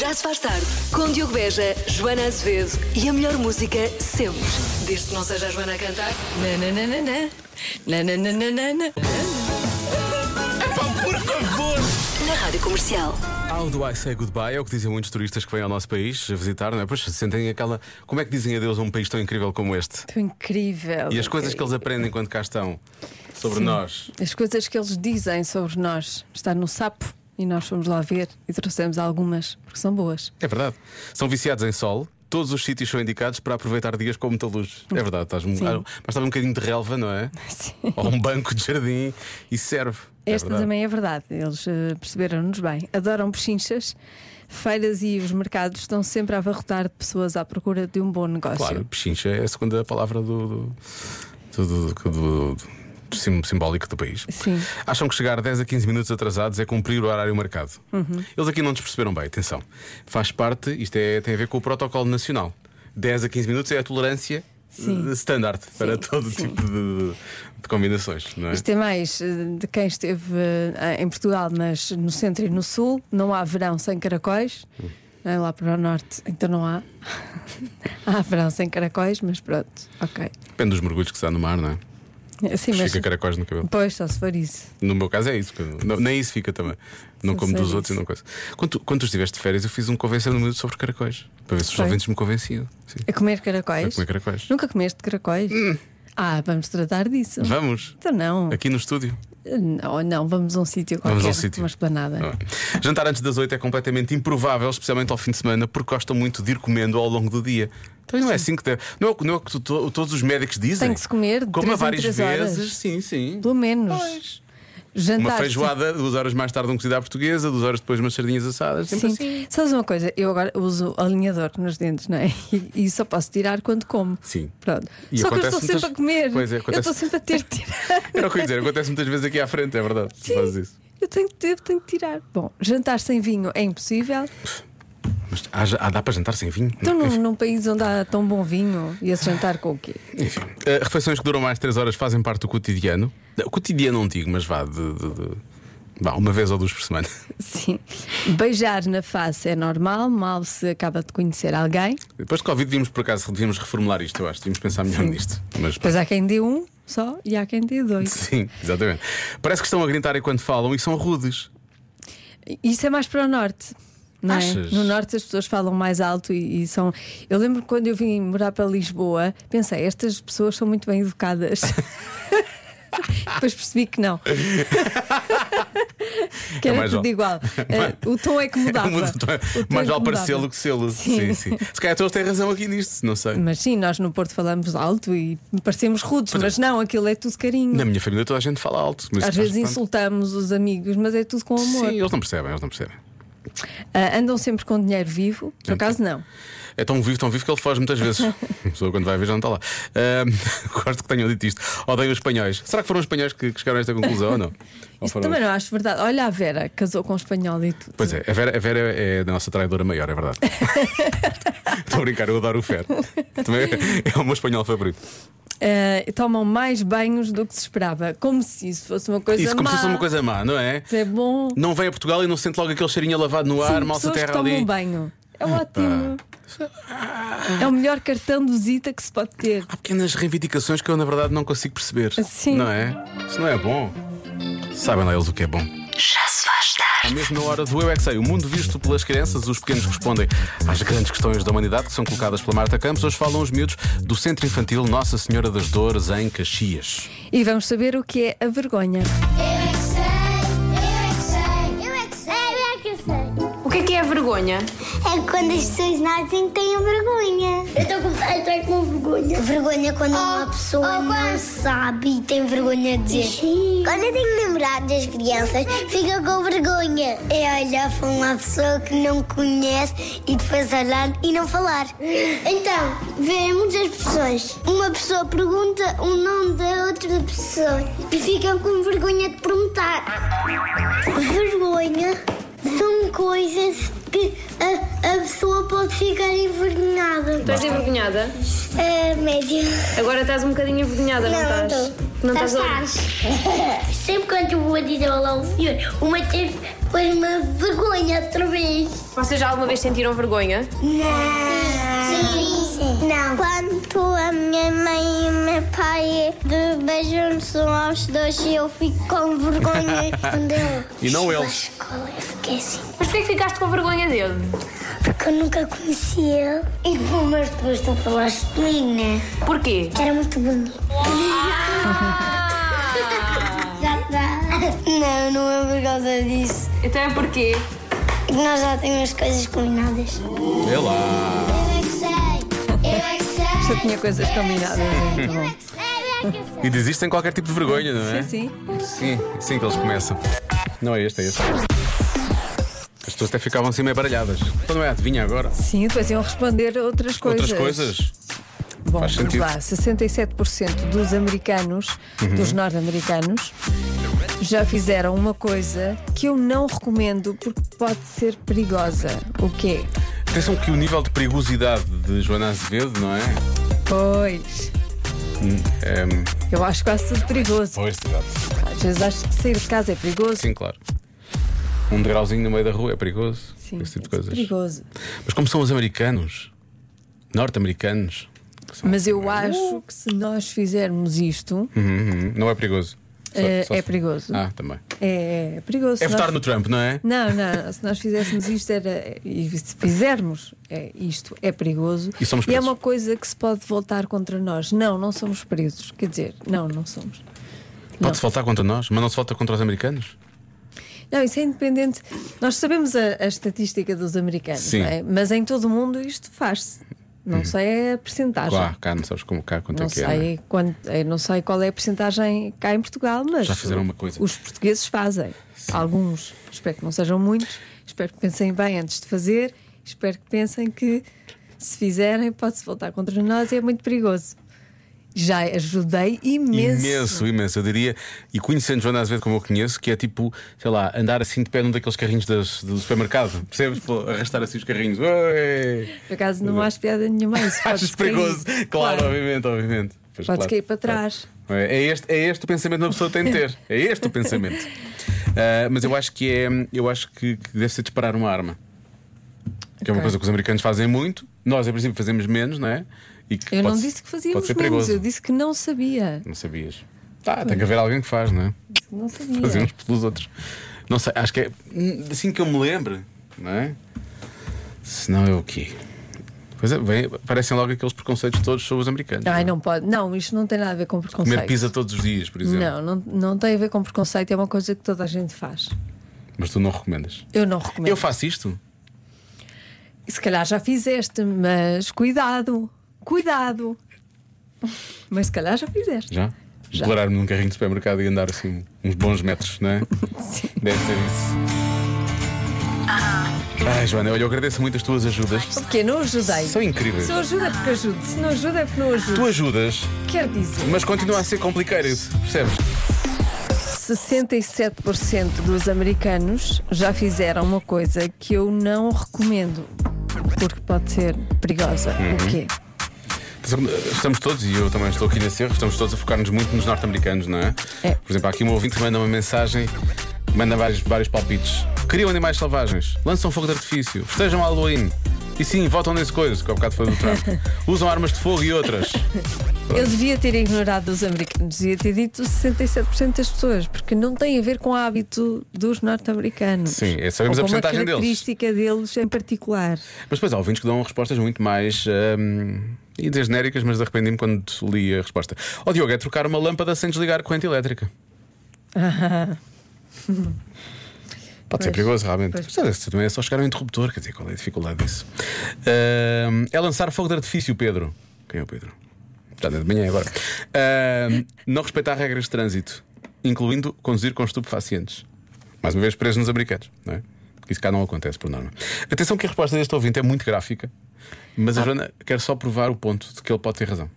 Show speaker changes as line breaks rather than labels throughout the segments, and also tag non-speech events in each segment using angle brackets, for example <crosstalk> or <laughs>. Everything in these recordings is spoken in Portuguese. Já se faz tarde com Diogo Beja, Joana Azevedo e a melhor música sempre. Desde que não seja a Joana a cantar. Nananana. Nananana.
Por favor!
Na rádio comercial.
How do I say goodbye? É o que dizem muitos turistas que vêm ao nosso país a visitar, não é? Pois sentem aquela. Como é que dizem adeus a um país tão incrível como este?
Muito incrível.
E as coisas que eles aprendem quando cá estão sobre
Sim.
nós.
As coisas que eles dizem sobre nós. Está no sapo e nós fomos lá ver e trouxemos algumas porque são boas.
É verdade. São viciados em sol. Todos os sítios são indicados para aproveitar dias com muita luz. É verdade, estás
Sim.
ah, mas estava um bocadinho de relva, não é?
Sim.
Ou um banco de jardim e serve. É
Esta
verdade.
também é verdade. Eles eh, perceberam-nos bem. Adoram pechinchas. Feiras e os mercados estão sempre a abarrotar de pessoas à procura de um bom negócio.
Claro, pechincha é a segunda palavra do. do, do, do- do- do- do sim- simbólico do país.
Sim.
Acham que chegar 10 a 15 minutos atrasados é cumprir o horário marcado.
Uhum.
Eles aqui não nos perceberam bem, atenção. Faz parte, isto é, tem a ver com o protocolo nacional. 10 a 15 minutos é a tolerância
Sim.
eh, standard para todo
sim.
tipo de, de combinações, não é?
Isto é mais eh, de quem esteve eh, em Portugal, mas no centro e no sul. Não há verão sem caracóis.
Hum.
Eh, Lá para o norte, então não há. <laughs> há verão sem caracóis, mas pronto, ok.
Depende dos mergulhos que se dá no mar, não é?
Assim,
Fica
mas
caracóis no cabelo.
Pois, só se for isso.
No meu caso é isso, que eu- não- nem isso fica também. Não
Eu
como
sei
dos
disso.
outros e não coisa. Quando, tu- quando tu estiveste de férias, eu fiz um convencer no minuto sobre caracóis, para ver se os
Foi? É.
jovens me convenciam. Sim,
A comer caracóis?
a comer caracóis.
Nunca comeste caracóis? Ah, vamos tratar disso.
Vamos,
Então não. Eh,
aqui no estúdio.
Não, não, vamos a um sítio qualquer.
É Vamos ao sítio.
Uma esplanada.
Não é? Jantar antes das 8 é completamente improvável, especialmente ao fim de semana, porque gostam muito de ir comendo ao longo do dia. Então não é assim que deve. Não é, o que- não é o que tu- to- todos os médicos dizem.
Tem que se comer de
Coma
três em
várias
três
vezes,
horas.
sim, sim.
Pelo menos.
Pois.
Jantar.
Uma feijoada, duas horas mais tarde, um cozido à portuguesa, duas horas depois, umas sardinhas assadas. Sempre
Sim.
assim.
Sabes uma coisa? Eu agora uso alinhador nos dentes, não é? <laughs> E, e só posso tirar quando como.
Sim.
Pronto.
E
só que eu
acontece
estou sempre
muitas-
a comer.
Pois é,
eu
acontece-
estou sempre a
<laughs>
ter de tirar.
Era É o que eu ia dizer, acontece muitas vezes aqui à frente, é verdade. Tu fazes isso.
Eu tenho, de- eu tenho de tirar. Bom, jantar sem vinho é impossível.
Mas há, ja- há- dá para jantar sem vinho?
Então, num,
Enfim.
num país onde há tão bom vinho, ia-se jantar com o quê?
Enfim, eh, refeições que duram mais de 3 horas fazem parte do cotidiano. O cotidiano não digo, mas vá, de, de- de- vá, uma vez ou duas por semana.
Sim. Beijar na face é normal, mal se acaba de conhecer alguém.
Depois de Covid, devíamos por acaso devíamos reformular isto, eu acho. Devíamos pensar melhor nisto. Mas
Depois há quem dê um só e há quem dê dois.
sim, exatamente. Parece que estão a gritar enquanto falam e são rudes.
Isso é mais para o norte. Não é?
Achas?
No norte as pessoas falam mais alto e, e são. Eu lembro que quando eu vim morar para Lisboa, pensei, estas pessoas são muito bem
<laughs>
educadas. Depois percebi que não. que era
É mais
tudo
alto. <laughs>
igual. Eh, o tom é que mudava. O tom é que
Mais vale
mudava.
parecê-lo que sê-lo.
Sim.
sim. Se calhar todos têm razão aqui nisto, não sei.
Mas sim, nós no Porto falamos alto e parecemos rudes, mas não, aquilo é tudo carinho.
Na minha família toda a gente fala alto. mas
Às
nós,
vezes
pronto,
insultamos os amigos, mas é tudo com amor.
Sim, eles não percebem, eles não percebem.
Ah, andam sempre com dinheiro vivo, por
Então.
acaso não.
É tão vivo, tão vivo que ele foge
<laughs>
muitas vezes. A pessoa quando vai ver já não está lá. Ahm, <laughs> gosto que tenham dito isto. Odeio os espanhóis. Será que foram os espanhóis que, que chegaram a esta conclusão ou não? Ou
Isso
foram-
também não acho verdade. Olha, a Vera casou com um espanhol e tudo.
Pois é, a Vera, a Vera é a nossa traidora maior,
<laughs>
é verdade. Estou a brincar, eu adoro o Fer. Também é o meu espanhol favorito.
Ah, tomam mais banhos do que se esperava, como se isso fosse uma coisa
Isso como
é, má.
se fosse uma coisa má, não é?
Isso É bom.
Não vem a Portugal e não sente logo aquele cheirinho lavado no ar,
Sim,
mal se
pessoas que
aterra
tomam
ali.
banho. É ótimo. É o melhor cartão de visita que se pode ter.
Há pequenas reivindicações que eu, na verdade, não consigo perceber.
Sim.
Não é? Isso não é bom. Sabem lá eles o que é bom.
Já se faz tarde.
À mesma hora do Eu é Que Sei, o mundo visto pelas crianças, os pequenos respondem às grandes questões da humanidade que são colocadas pela Marta Campos. Hoje falam os miúdos do Centro Infantil Nossa Senhora das Dores, em Caxias.
E vamos saber o que é a vergonha.
Eu é que sei, eu é que sei, eu é que sei, eu é que sei.
O que é que é a vergonha?
É quando as pessoas nascem têm vergonha. Eu estou com, um com é vergonha. Oh, Vergonha quando uma pessoa não sabe e tem vergonha de dizer. Quando eu tenho namorado das crianças, fica com vergonha. É olhar para uma pessoa que não conhece e depois olhar e não falar. Então, vê muitas pessoas. Uma pessoa pergunta o nome da outra pessoa e ficam com vergonha de perguntar. Vergonha são coisas que a, a pessoa pode ficar envergonhada.
Estás envergonhada?
É média.
Agora estás um bocadinho envergonhada, não, estás?
Tá
Não estás a-
<laughs> Sempre quando eu vou dizer olá ao senhor, o Mateus Põe-me vergonha outra vez.
Vocês já alguma vez sentiram vergonha?
Não. Sim, sim. Não. Quando a minha mãe e o meu pai beijam-se aos dois e eu fico
<laughs>
com vergonha. Quando eu
E não
cheguei à
eles.
escola, eu fiquei assim.
Mas porquê que ficaste com vergonha dele?
Porque eu nunca conheci ele. E mas depois tu falaste de mim, né?
Porquê?
Que era muito bonito. Ah! <laughs> Já está. Não, não é por causa disso.
Então é porquê?
É que Nós já temos coisas combinadas.
É lá.
Eu é que sei. Eu é que sei.
Já tinha coisas
<laughs>
combinadas, é muito bom.
E diz isto sem qualquer tipo de vergonha, não é?
Sim,
Sim, sim que eles começam. Não é este, é este. As pessoas até ficavam assim meio baralhadas. Então não é, adivinha agora.
sim, depois iam responder outras coisas.
Outras coisas?
Bom,
Faz
vamos
sentido. Uhum.
lá, 67% dos americanos, dos norte-americanos, já fizeram uma coisa que eu não recomendo porque pode ser perigosa. O quê?
Atenção que o nível de perigosidade de Joana Azevedo, não é?
Pois,
É,
eu acho quase tudo perigoso.
pois, exato.
Às vezes acho que sair de casa é perigoso.
Sim, claro. Um degrauzinho no meio da rua é perigoso. esse tipo de
é
coisas.
perigoso.
Mas como são os americanos, norte-americanos,
Mas eu acho que se nós fizermos isto,
uhum, uhum, não é perigoso. Só-
É-
só
é
se-
perigoso.
Ah, também.
é, é perigoso.
É
Se
votar
nós-
no Trump, não é?
Não, não, se nós fizéssemos isto era. E se fizermos é, isto é perigoso.
E somos
é
presos.
uma coisa que se pode voltar contra nós. Não, não somos presos. Quer dizer, não, não somos.
Pode-se voltar contra nós, mas não se volta contra os americanos?
Não, isso é independente. Nós sabemos a, a estatística dos americanos,
Sim. Hum.
não é? mas em todo o mundo isto faz-se. Não sei a percentagem.
Cá, cá, não sabes como cá,
Ah,
quanto
Não
é que
sei,
é. não é?
quanto- eu não sei qual é a porcentagem cá em Portugal, mas
Já fizeram uma coisa.
os portugueses fazem. Alguns, espero que não sejam muitos, espero que pensem bem antes de fazer, espero que pensem que se fizerem pode-se voltar contra nós e é muito perigoso. Já ajudei imenso.
Imenso, imenso, eu diria. E conhecendo Joana Azevedo como eu conheço, que é tipo, sei lá, andar assim de pé num daqueles carrinhos das- do supermercado. Percebes? Pô, Arrastar assim os carrinhos. Oi!
Por acaso não acho piada nenhuma. Isso
<laughs> Achas
pode
perigoso? Claro, obviamente, obviamente. Pois,
Podes
claro.
cair para trás.
É este, é este o pensamento que uma pessoa tem de ter. É este
<laughs>
o pensamento. Ah, mas eu acho que é. Eu acho que, que deve ser disparar uma arma. Que é uma
Ok.
coisa que os americanos fazem muito. Nós, em princípio, fazemos menos, não é? E que
Eu não
pode-
disse que
pode
fazíamos
ser
menos,
perigoso.
eu disse que não sabia.
Não sabias. Tá, tem que haver alguém que faz, não é?
Não sabia.
Fazemos pelos outros. Não sei, acho que é. hum, Assim que eu me lembro, não é? Senão é o quê? Pois é, vem, aparecem logo aqueles preconceitos todos sobre os americanos.
Ai,
não é?
não pode. Não, isto não tem nada a ver com preconceito.
Comer pizza todos os dias, por exemplo.
Não, não, não tem a ver com preconceito, é uma coisa que toda a gente faz.
Mas tu não recomendas.
Eu não recomendo.
Eu faço isto?
Se calhar já fizeste, mas cuidado, cuidado. Mas se calhar já fizeste.
Já? Explorar-me num carrinho de supermercado e andar assim uns bons
<laughs>
metros, não é?
Sim.
Deve ser isso. Ai, Joana, olha, eu agradeço muito as tuas ajudas.
Porque não ajudei.
São incríveis.
Se eu ajuda é porque ajudo, se não ajuda é porque não ajudo.
Tu ajudas,
Quer dizer,
mas continua a ser complicado, percebes?
67% dos americanos já fizeram uma coisa que eu não recomendo, porque pode ser perigosa.
Uhum.
O quê?
Estamos todos, e eu também estou aqui nesse erro, estamos todos a focar-nos muito nos norte-americanos, não é?
É.
Por exemplo, há aqui um ouvinte que manda uma mensagem, manda vários, vários palpites. Criam animais selvagens, lançam fogo de artifício, festejam Halloween. E sim, votam nesse coisa, que há bocado foi do Trump. Usam armas de fogo e outras.
Eu devia ter ignorado os americanos, devia ter dito 67% das pessoas, porque não tem a ver com o hábito dos norte-americanos.
Sim, é, sabemos
Ou
a
com uma
percentagem deles.
característica deles. em particular.
Mas depois há ouvintes que dão respostas muito mais. hum, Ideias genéricas, mas arrependi-me quando li a resposta. Ó Diogo, é trocar uma lâmpada sem desligar a corrente elétrica. Pode ser
Pois,
perigoso, realmente.
pois.
Mas, olha, se também é só chegar ao interruptor, quer dizer, qual é a dificuldade disso? Hum, é lançar fogo de artifício, Pedro. Quem é o Pedro? Já não é de manhã agora. Hum, não respeitar regras de trânsito, incluindo conduzir com estupefacientes. Mais uma vez, presos nos americanos, não é? Porque Isso cá não acontece por norma. Atenção que a resposta deste ouvinte é muito gráfica,
Ah.
mas a Joana quer só provar o ponto de que ele pode ter razão.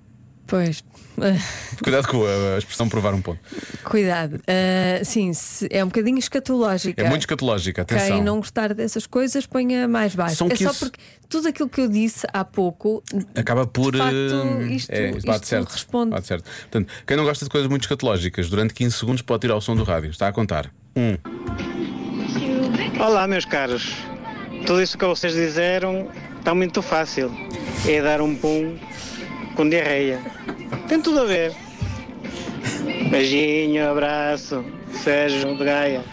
Pois, <laughs>
Cuidado com a a expressão provar um ponto.
cuidado. Ah, sim, se- é um bocadinho escatológica.
É muito escatológica, atenção.
Quem não gostar dessas coisas, ponha mais baixo.
São
é só
15
porque tudo aquilo que eu disse há pouco
Acaba por.
De facto,
hum,
isto-
é,
isto responde.
Bate certo. Portanto, quem não gosta de coisas muito escatológicas, durante 15 segundos pode tirar o som do rádio. Está a contar. Um.
Olá, meus caros. Tudo isso que vocês disseram está muito fácil. É dar um pum com diarreia. Tem tudo a ver. Beijinho, abraço. Sérgio de Gaia.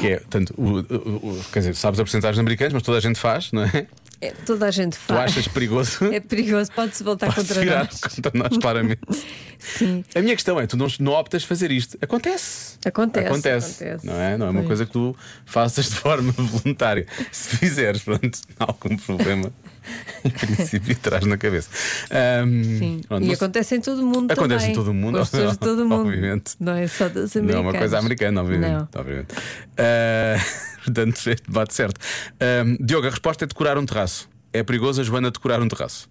Que é, portanto, o, o- o- quer dizer, sabes a porcentagem americanos, mas toda a gente faz, não é?
É, toda a gente
Tu
faz.
achas perigoso?
<laughs>
<laughs>
É perigoso, pode-se voltar
Pode-se
contra
virar
nós.
contra nós, claramente.
<laughs> Sim.
A minha questão é: tu não, não optas fazer isto. Acontece.
Acontece,
Acontece.
acontece.
Não é? Não é uma
Pois.
coisa que tu faças de <laughs> forma voluntária. Se fizeres, pronto, há algum
<laughs>
problema. <laughs> em princípio, traz na cabeça. Ahm,
Sim.
pronto,
e
não-
acontece em todo o mundo
Hum. Acontece
também.
em todo o mundo,
Com as pessoas de todo
<laughs>
o mundo.
obviamente.
Não é só dos
Não é
americanos.
uma coisa americana, obviamente.
Não.
obviamente. Ah, <laughs> portanto, este bate certo. Ahm, Diogo, a resposta é decorar um terraço. É perigoso a Joana decorar um terraço.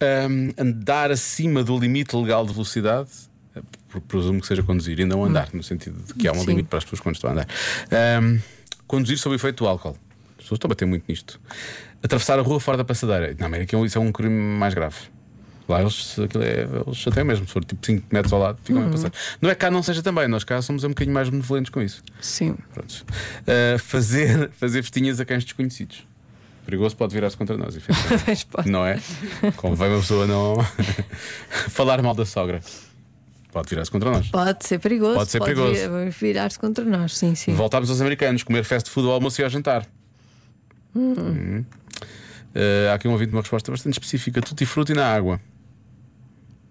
Ahm, andar acima do limite legal de velocidade. eh, pre- Presumo que seja conduzir e não andar, no sentido de que há um
Sim.
limite para as pessoas quando estão a andar. Ahm, conduzir sob o efeito do álcool. As pessoas estão a bater muito nisto. Atravessar a rua fora da passadeira. Na América isso é um crime mais grave. Lá eles, aquilo é, eles até mesmo, se for tipo 5 metros ao lado, ficam a passar. Não é que cá não seja também, nós cá somos um bocadinho mais benevolentes com isso. <laughs>
Sim.
Pronto. Ah, fazer, <laughs> fazer festinhas a cães desconhecidos. Perigoso pode virar-se contra nós, efetivamente.
Mas pode.
Não é? Convém uma pessoa não <laughs> falar mal da sogra. Pode virar-se contra nós.
Pode ser perigoso.
Pode ser perigoso.
vir- virar-se contra nós, sim, sim.
Voltámos aos americanos, comer fast food ao almoço e ao jantar. Hum. Eh, há aqui um ouvinte uma resposta bastante específica: tutti frutti na água.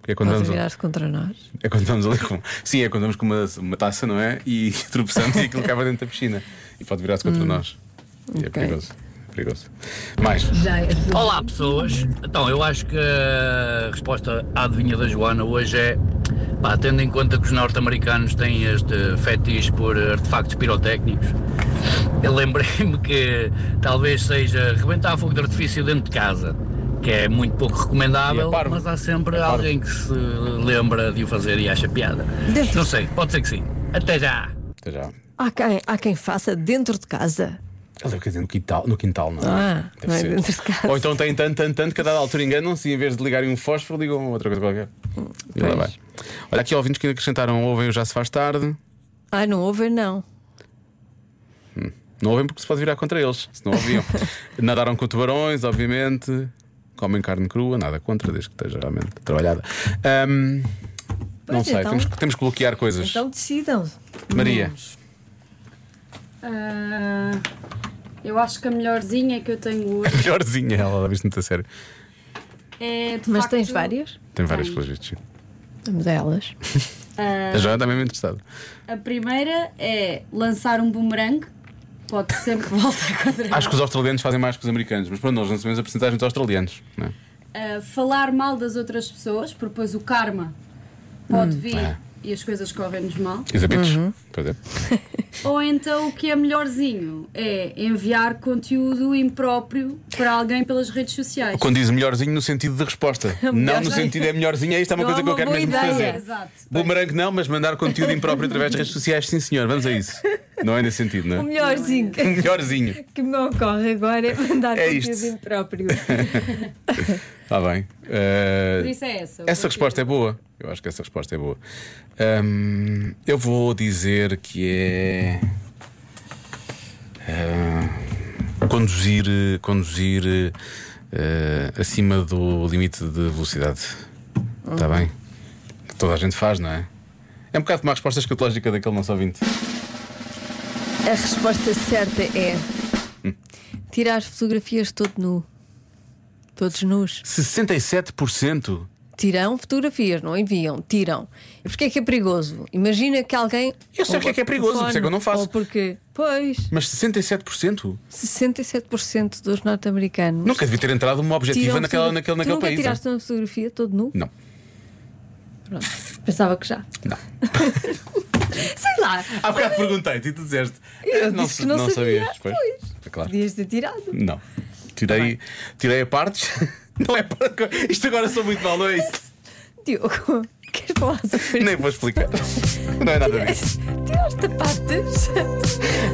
Que é quando
Pode
vamos,
virar-se contra nós.
é quando vamos ali com. Sim, é quando vamos com uma, uma taça, não é? E <laughs> tropeçamos e aquilo acaba dentro da piscina. E pode virar-se contra nós.
Hum.
E é
Ok.
perigoso. É perigoso. Mais.
Olá pessoas, então eu acho que a resposta à adivinha da Joana hoje é pá, tendo em conta que os norte-americanos têm este fetiche por artefactos pirotécnicos eu lembrei-me que talvez seja rebentar fogo de artifício dentro de casa que é muito pouco recomendável
E é parvo.
mas há sempre
É parvo.
alguém que se lembra de o fazer e acha piada
Dentro.
não sei, pode ser que sim até já
Até já.
Há quem, há quem faça dentro de casa.
Ele deve dizer no quintal, no quintal não é?
Ah, não é dentro de casa.
Ou então tem tanto, tanto, tanto que a dada altura enganam-se e em vez de ligarem um fósforo, ligam outra coisa qualquer. E lá
Hum, pois.
vai. Olha, aqui ouvintes que acrescentaram ouvem o Já Se Faz Tarde.
Ai, não houve, não.
Não ouvem porque se pode virar contra eles, se não
<laughs>
ouviam. Nadaram com tubarões, obviamente. Comem carne crua, nada contra, desde que esteja realmente trabalhada. Ahm, não sei,
então.
temos, que- temos que bloquear coisas.
Então decidam.
Maria. <laughs>
Ah, eu acho que a melhorzinha que eu tenho hoje
Melhorzinha, é ela leva isto muito a sério.
é. de
Mas
facto,
tens várias?
Tem várias coisas, sim.
Vamos a elas.
ah,
A Joana está mesmo interessada.
a primeira é lançar um boomerang. Pode sempre <laughs> voltar contra
Acho que os australianos fazem mais que os americanos, mas pronto, nós não sabemos a porcentagem dos australianos, não é?
Ah, falar mal das outras pessoas, porque depois o karma pode vir e as coisas correm-nos mal.
Isabetes? Pois é.
Ou então o que é melhorzinho é enviar conteúdo impróprio para alguém pelas redes sociais.
Quando diz melhorzinho no sentido de resposta. não no sentido é melhorzinho, é isto é uma
Não
coisa
é
que eu
uma
quero
boa
mesmo
ideia.
fazer.
Exato.
Boomerang não, mas mandar conteúdo impróprio através das redes sociais, sim senhor, vamos a isso. Não é nesse sentido,
O <laughs>
não é?
melhorzinho que
Melhorzinho. <laughs>
que me ocorre agora é mandar
É
conteúdo
isto.
impróprio.
Está Tá bem. Eh,
Por isso é essa.
Então,
essa resposta é boa. Eu acho que essa resposta é boa. Ahm, eu vou dizer que é. ah, conduzir. eh, Conduzir eh, acima do limite de velocidade. Está bem? Que toda a gente faz, não é? É um bocado uma resposta escatológica daquele nosso ouvinte.
<laughs> A resposta certa é
Hum.
tirar fotografias todo nu. Todos nus.
67%.
Tiram fotografias, não enviam, tiram. E porquê é que é perigoso? Imagina que alguém.
Eu sei
ou
porque é que é perigoso, por isso é que eu não faço.
Ou porque. Pois,
Mas 67%?
67% dos norte-americanos.
Nunca devia ter entrado uma objetiva
tiram
naquela,
fotogra-
naquele,
tu
naquele
nunca
país. é?
tiraste uma fotografia todo nu?
Não,
Pensava que já.
não.
Sei lá.
Há bocado perguntei-te e tu disseste.
Eu
"Eh,
disse
sa-
que não sabia,
Pois. É Claro.
Podias ter tirado.
Não.
Tá
Tirei, tirei a partes. <laughs> Não é para. Isto agora sou muito mal, não é isso?
Diogo, <laughs> queres falar sobre
Nem vou explicar. Não é nada disso.
<laughs> Tiraste patas.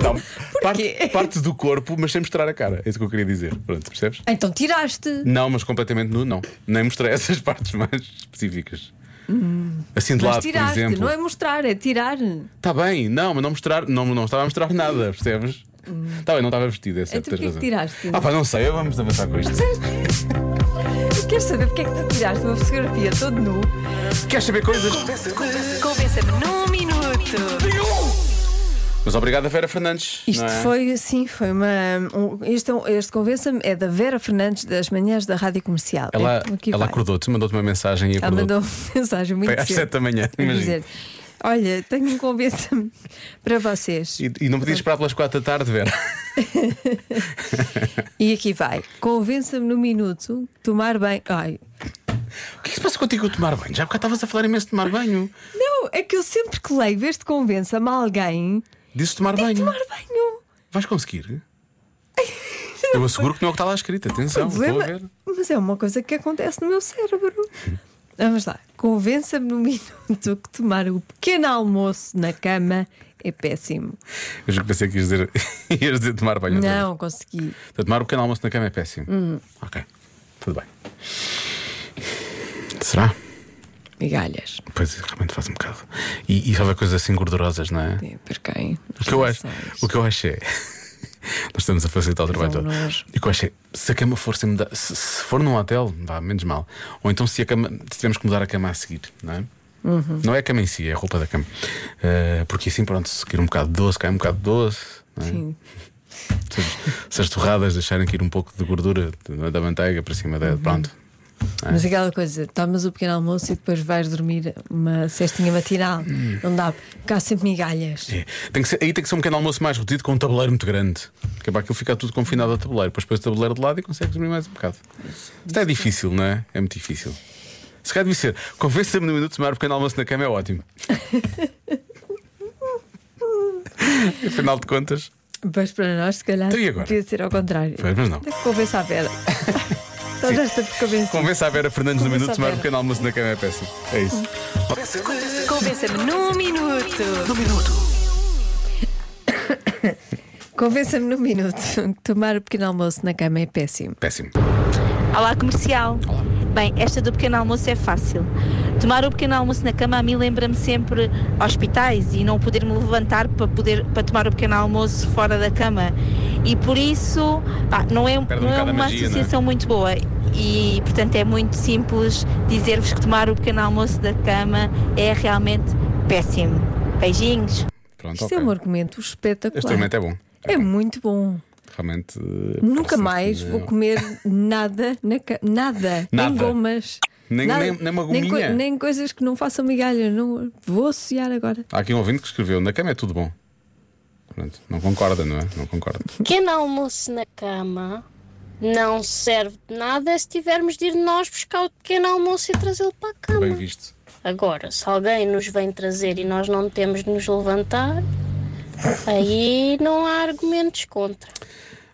Não. Parte, parte do corpo, mas sem mostrar a cara. É isso que eu queria dizer. Pronto, percebes?
Então tiraste.
Não, mas completamente nu, não. Nem mostrei essas partes mais específicas. Assim de
Hum. Mas
lado, por
tiraste,
exemplo.
não é mostrar, é tirar.
Está bem, não, mas não mostrar, não, não estava a mostrar nada, percebes? Está bem, não estava vestido, é certo.
Hum. Então porquê que
tens razão.
tiraste?
Ah, pá, não sei, vamos avançar com isto.
Queres saber porque é que tu tiraste uma fotografia todo nu?
Queres saber coisas?
Convença-me num minuto.
Mas obrigado a Vera Fernandes.
Isto
não é?
foi assim, foi uma. Um, este é um- este convença-me é da Vera Fernandes das manhãs da Rádio Comercial.
Ela,
É, aqui
ela
vai.
acordou-te, mandou-te uma mensagem e
Ela
acordou.
mandou <laughs> uma mensagem muito
Foi às
cedo.
7 da manhã,
a
imagino.
dizer, Olha, tenho um convença-me para vocês.
E, e não podias esperar pelas 4 da tarde,
<laughs>
Vera.
E aqui vai. Convença-me no minuto tomar bem. Ai,
O que é que se passa contigo a tomar banho? Já há bocado estavas a falar imenso de tomar banho.
não, é que eu sempre que leio este convença-me a alguém
Dizes tomar
tem
banho.
que tomar um banho.
Vais conseguir? Eu asseguro que não é o que está lá escrito, atenção, estou a ver.
problema, Então, mas é uma coisa que acontece no meu cérebro. Vamos lá, convença-me no <laughs> minuto que tomar o pequeno almoço na cama é péssimo.
Eu já pensei que ias dizer, <laughs> ias dizer tomar banho. outra vez.
Não Hum. consegui.
Então, tomar um pequeno almoço na cama é péssimo. Ok, tudo bem. Será?
Migalhas.
Pois realmente faz um bocado. E, e só ver coisas assim gordurosas, não é?
É, Para quem?
O que eu acho, o que eu acho é. <laughs> Nós estamos a facilitar o trabalho
Não,
todo.
não acho.
E o que eu acho é, se a cama for sempre. da- Se, se for num hotel, vá, menos mal. Ou então se a cama. Se tivermos que mudar a cama a seguir, não é? Não é a cama em si, é a roupa da cama. Eh, porque assim, pronto, se cair um bocado de doce, cai um bocado de doce. Não é?
Sim.
Se, as- se as torradas deixarem cair um pouco de gordura da- da manteiga para cima da. Pronto.
Mas aquela coisa, tomas o pequeno almoço e depois vais dormir uma cestinha matinal.
Hum.
Não dá, porque há sempre migalhas.
É. Tem que ser- aí tem que ser um pequeno almoço mais reduzido com um tabuleiro muito grande. Que é para aquilo ficar tudo confinado ao tabuleiro. Depois pões o tabuleiro de lado e consegues dormir mais um bocado. Isto é difícil, não é? É muito difícil. Se calhar devia ser, convença-me no minuto de tomar um pequeno almoço na cama é
<laughs>
ótimo. Afinal de contas,
Mas para nós, se calhar,
Então e agora?
podia ser ao contrário.
Pois, mas não.
Tem que convencer a
<laughs>
Vera. Então já estou convencida.
convença a Vera Fernandes no
Convença
minuto
a
de tomar um
Vera.
pequeno almoço na cama é péssimo. É isso.
Convença-me num minuto.
<coughs> Convença-me num minuto que tomar o pequeno almoço na cama é péssimo.
Péssimo.
Olá, comercial.
Olá.
Bem, esta do pequeno almoço é fácil. Tomar o pequeno almoço na cama a mim lembra-me sempre hospitais e não poder me levantar para poder para tomar o pequeno almoço fora da cama. E por isso, pá, não é,
Perde um
não é
bocado a
uma
magia, não é?
associação muito boa. E portanto é muito simples dizer-vos que tomar o pequeno almoço da cama é realmente péssimo. Beijinhos.
Pronto,
Isto
ok.
é um argumento espetacular.
Este momento é bom.
É muito bom.
Realmente. eh,
Nunca
parece-me
mais
que
vou
não.
comer nada na ca- nada, nem
é. Nada.
gomas.
Nem-
nada,
nem- nem uma
nem,
gominha.
nem coisas que não façam migalha. Não, vou associar agora.
Há aqui um ouvinte que escreveu: na cama é tudo bom. Pronto, não concorda, não é? Não concorda.
Pequeno almoço na cama não serve de nada se tivermos de ir nós buscar o pequeno almoço e trazê-lo para a
Bem
cama.
visto.
Agora, se alguém nos vem trazer e nós não temos de nos levantar, aí não há argumentos contra.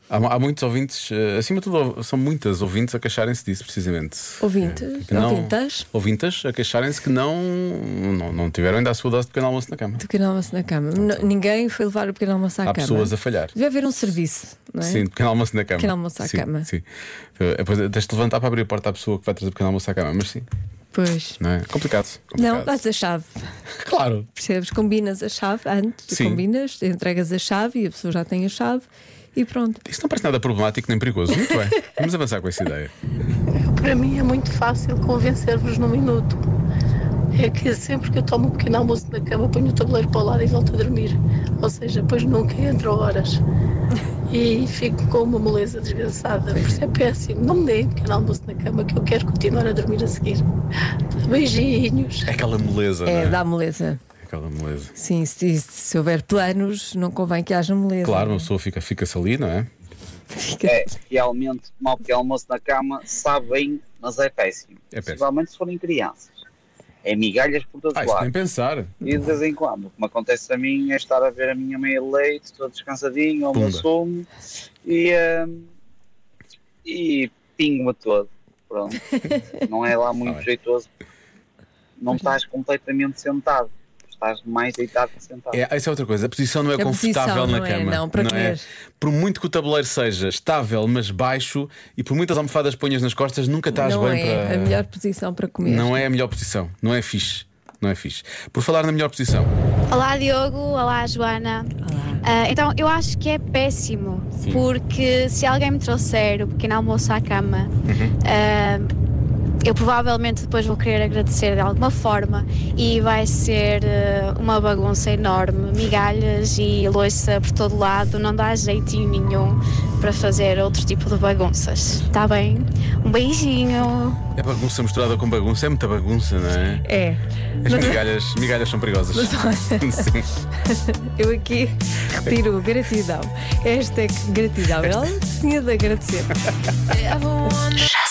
Há, há muitos ouvintes, eh, acima de tudo, são muitas ouvintes a queixarem-se disso, precisamente. É,
Ouvintes?
Que não-
Ouvintas?
Ouvintes a queixarem-se que não, não, não tiveram ainda a sua dose de pequeno almoço na cama.
Do pequeno almoço na cama. N- ninguém foi levar o pequeno almoço à
Há
cama.
pessoas a falhar.
Deve haver um serviço, não é?
Sim, de pequeno almoço na cama.
Pequeno almoço à
Sim,
cama.
Sim. Eh, Depois tens de levantar para abrir a porta à pessoa que vai trazer o pequeno almoço à cama, mas sim,
Pois.
não é? Complicado.
Não,
complicado.
dás a chave.
Claro.
Percebes? Combinas a chave antes,
Sim.
combinas, entregas a chave e a pessoa já tem a chave e pronto.
Isso não parece nada problemático nem perigoso. Muito
<laughs>
bem, vamos avançar com essa ideia.
Para mim é muito fácil convencer-vos num minuto. É que sempre que eu tomo um pequeno almoço na cama, ponho o tabuleiro para o lado e volto a dormir. Ou seja, depois nunca entro horas. E fico com uma moleza desgraçada. Por isso é péssimo. Não me deem pequeno almoço na cama, que eu quero continuar a dormir a seguir. Beijinhos.
É aquela moleza,
É,
não é?
dá moleza.
É Aquela moleza.
Sim, se, se houver planos, não convém que haja moleza. <laughs>
Claro, É, uma pessoa fica- fica-se ali, não é?
Fica-
realmente, mal pequeno almoço na cama, sabe bem, mas é péssimo.
É péssimo. Principalmente
se forem crianças. É migalhas por todos
Ah, isso nem pensar.
E de vez em quando, o que me acontece a mim é estar a ver a minha meia leite, estou descansadinho, ao meu
Pumba.
sumo e, hum, e pingo-me todo.
<laughs>
Pronto. Não é lá muito
Tá bem.
jeitoso. Não estás completamente sentado. estás mais deitado que sentado.
É, essa é outra coisa. A posição não é
A posição
confortável na
não é,
cama.
não, para
é?
comer.
Por muito que o tabuleiro seja estável, mas baixo, e por muitas almofadas ponhas nas costas, nunca estás
não
bem
é
para.
a melhor posição para comer.
Não é a melhor posição. Não é fixe. Não é fixe. Por falar na melhor posição,
Olá Diogo, olá Joana. Ah, então, eu acho que é péssimo,
Sim.
porque se alguém me trouxer o pequeno almoço à cama, ah, eu provavelmente depois vou querer agradecer de alguma forma e vai ser ah, uma bagunça enorme, migalhas e louça por todo lado, não dá jeitinho nenhum para fazer outro tipo de bagunças. Tá bem? Um beijinho.
é bagunça misturada com bagunça. É muita bagunça, não é?
É.
As
Mas-
migalhas, migalhas são perigosas.
Mas olha-
<laughs> Sim.
Eu aqui retiro
<laughs>
gratidão. Esta é que gratidão. Ela tinha de agradecer. Já